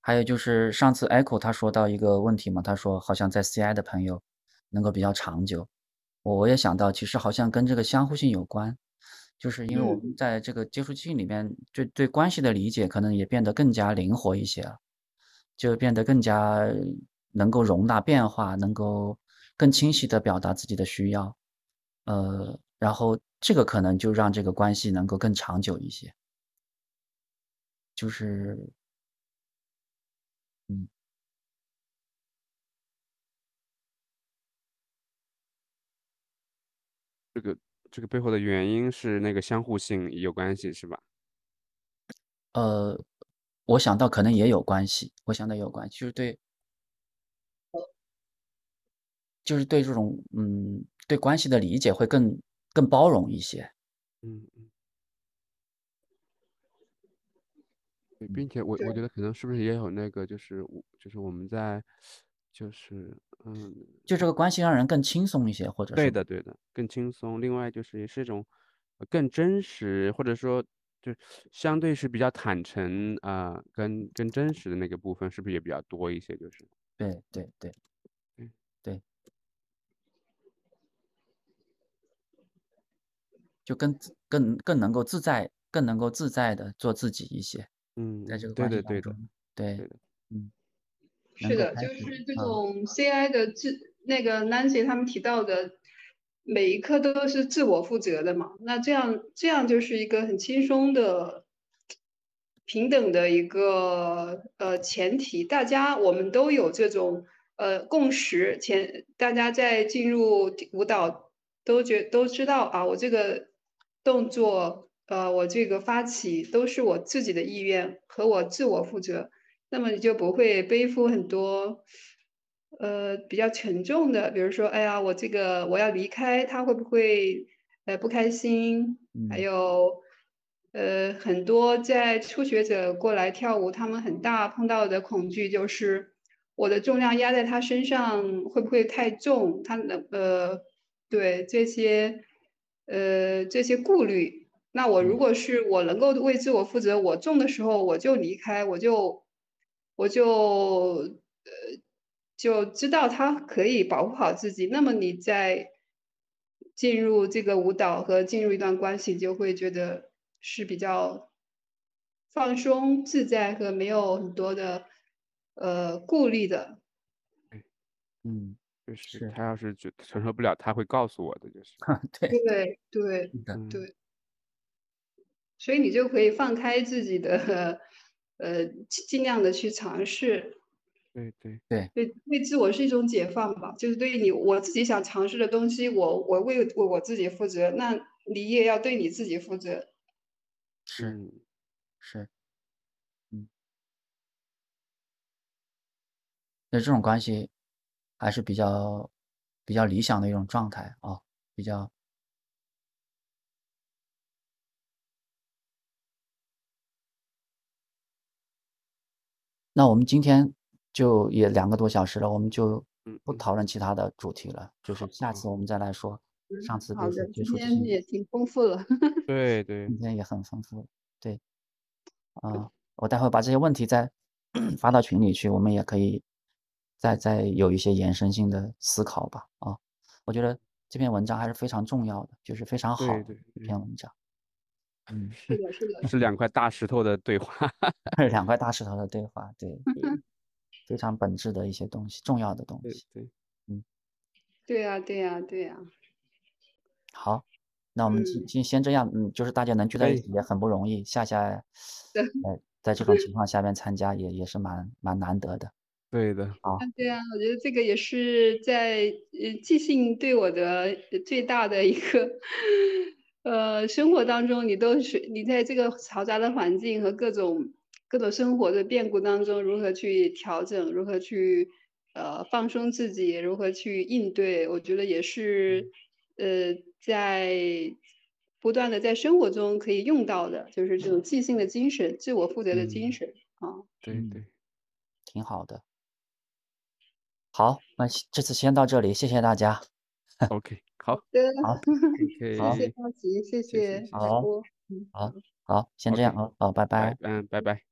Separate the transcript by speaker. Speaker 1: 还有就是上次 Echo 他说到一个问题嘛，他说好像在 CI 的朋友能够比较长久，我我也想到，其实好像跟这个相互性有关，就是因为我
Speaker 2: 嗯，
Speaker 1: 们在这个接触期里面，对对关系的理解可能也变得更加灵活一些了，就变得更加能够容纳变化，能够更清晰的表达自己的需要，呃，然后这个可能就让这个关系能够更长久一些，就是嗯。
Speaker 2: 这个这个背后的原因是那个相互性有关系是吧？
Speaker 1: 呃，我想到可能也有关系，我想到也有关系，就是对，就是对这种嗯，对关系的理解会更更包容一些。
Speaker 2: 嗯，对，
Speaker 1: 嗯，
Speaker 2: 并且我我
Speaker 1: 对。
Speaker 2: 觉得可能是不是也有那个就是我就是我们在就是嗯，
Speaker 1: 就这个关系让人更轻松一些，或者
Speaker 2: 对
Speaker 1: 是
Speaker 2: 的，对的，更轻松。另外就是也是一种呃更真实，或者说就相对是比较坦诚啊、跟跟真实的那个部分是不是也比较多一些？就是，
Speaker 1: 对对对
Speaker 2: 嗯
Speaker 1: 对，就更自更更能够自在，更能够自在的做自己一些，
Speaker 2: 嗯
Speaker 1: 在这
Speaker 2: 嗯，
Speaker 1: 个
Speaker 2: 对
Speaker 1: 关系
Speaker 2: 的，
Speaker 1: 当
Speaker 2: 对的，
Speaker 1: 中，对，
Speaker 2: 对的，
Speaker 1: 嗯，能
Speaker 3: 是
Speaker 1: 够
Speaker 3: 的，
Speaker 1: 开
Speaker 3: 就
Speaker 1: 始
Speaker 3: 是这
Speaker 1: 啊，
Speaker 3: 种 CI 的自那个 Nancy 他们提到的，每一科都是自我负责的嘛。那这样这样就是一个很轻松的、平等的一个呃前提，大家我们都有这种呃共识。前大家在进入舞蹈都觉都知道啊，我这个动作呃我这个发起都是我自己的意愿和我自我负责。那么你就不会背负很多，呃，比较沉重的，比如说，哎呀，我这个我要离开，他会不会，呃，不开心？还
Speaker 1: 嗯
Speaker 3: 有，呃，很多在初学者过来跳舞，他们很大碰到的恐惧就是，我的重量压在他身上会不会太重？他的呃，对这些，呃，这些顾虑。那我
Speaker 1: 嗯
Speaker 3: 如果是我能够为自我负责，我重的时候我就离开，我就我就呃就知道他可以保护好自己。那么你在进入这个舞蹈和进入一段关系，就会觉得是比较放松、自在和没有很多的呃顾虑的。
Speaker 2: 对，
Speaker 1: 嗯，
Speaker 2: 就是
Speaker 1: 是，
Speaker 2: 他要是觉承受不了，他会告诉我的，就是，
Speaker 1: 对，
Speaker 3: 对对
Speaker 1: 是的，
Speaker 2: 嗯，
Speaker 3: 对，所以你就可以放开自己的 呃，尽尽量的去尝试。
Speaker 2: 对对，
Speaker 1: 对，
Speaker 3: 对，对自我是一种解放吧，就是对你我自己想尝试的东西，我我为为我自己负责，那你也要对你自己负责。
Speaker 1: 是
Speaker 2: 嗯，
Speaker 1: 是，嗯，那这种关系还是比较比较理想的一种状态啊，比较。那我们今天就也两个多小时了，我们就
Speaker 2: 嗯
Speaker 1: 不
Speaker 2: 嗯，
Speaker 1: 讨论其他的主题了，就是
Speaker 2: 好
Speaker 1: 下
Speaker 2: 好，
Speaker 1: 次我们再来说。上次比
Speaker 3: 好
Speaker 1: 如说
Speaker 3: 的，
Speaker 1: 接
Speaker 3: 今
Speaker 1: 触这
Speaker 3: 天
Speaker 1: 些，
Speaker 3: 也挺丰富了。
Speaker 2: 对对，
Speaker 1: 今天也很丰富。对啊、我待会把这些问题再 发到群里去，我们也可以再再有一些延伸性的思考吧。啊，我觉得这篇文章还是非常重要的，就是非常好
Speaker 2: 对
Speaker 1: 的
Speaker 2: 对
Speaker 1: 一
Speaker 2: 对，
Speaker 1: 篇文章。 嗯，
Speaker 3: 是
Speaker 2: 是
Speaker 3: 的，是 的，
Speaker 2: 是两块大石头的对话，
Speaker 1: 两块大石头的对话，对，
Speaker 2: 对
Speaker 1: 非常本质的一些东西，重要的东
Speaker 2: 对
Speaker 1: 西。
Speaker 2: 对，
Speaker 1: 嗯。
Speaker 3: 对呀，对呀，对呀，
Speaker 1: 好，那我们今
Speaker 3: 嗯，
Speaker 1: 今先这样，嗯，就是大家能聚
Speaker 2: 可
Speaker 1: 在一
Speaker 2: 以，
Speaker 1: 起也很不容易，夏夏，
Speaker 3: 对，
Speaker 1: 呃，在这种情况下面参加也也是蛮蛮难得的。
Speaker 2: 对的，
Speaker 1: 好，
Speaker 3: 对呀，我觉得这个也是在呃即兴对我的呃最大的一个呃生活当中，你都是你在这个嘈杂的环境和各种各种生活的变故当中，如何去调整，如何去呃放松自己，如何去应对，我觉得也是呃在不断的在生活中可以用到的，就是这种即兴的精神、自我负责的精
Speaker 2: 嗯，
Speaker 3: 神啊。
Speaker 2: 对
Speaker 1: 嗯，
Speaker 2: 对，
Speaker 1: 挺好的。好，那先这次先到这里，谢谢大家。
Speaker 2: OK，好
Speaker 3: 对，
Speaker 1: 好，
Speaker 2: 嗯
Speaker 3: 谢
Speaker 1: 好，
Speaker 3: 谢
Speaker 2: ，OK，
Speaker 3: 高奇，谢
Speaker 2: 谢谢
Speaker 3: 谢
Speaker 2: 谢
Speaker 3: 海
Speaker 2: 谢
Speaker 1: 好，
Speaker 3: 波，嗯，
Speaker 1: 好，好，先这样
Speaker 2: ，OK，
Speaker 1: 啊，好，拜
Speaker 2: 拜，
Speaker 1: 拜。
Speaker 2: 嗯，拜拜。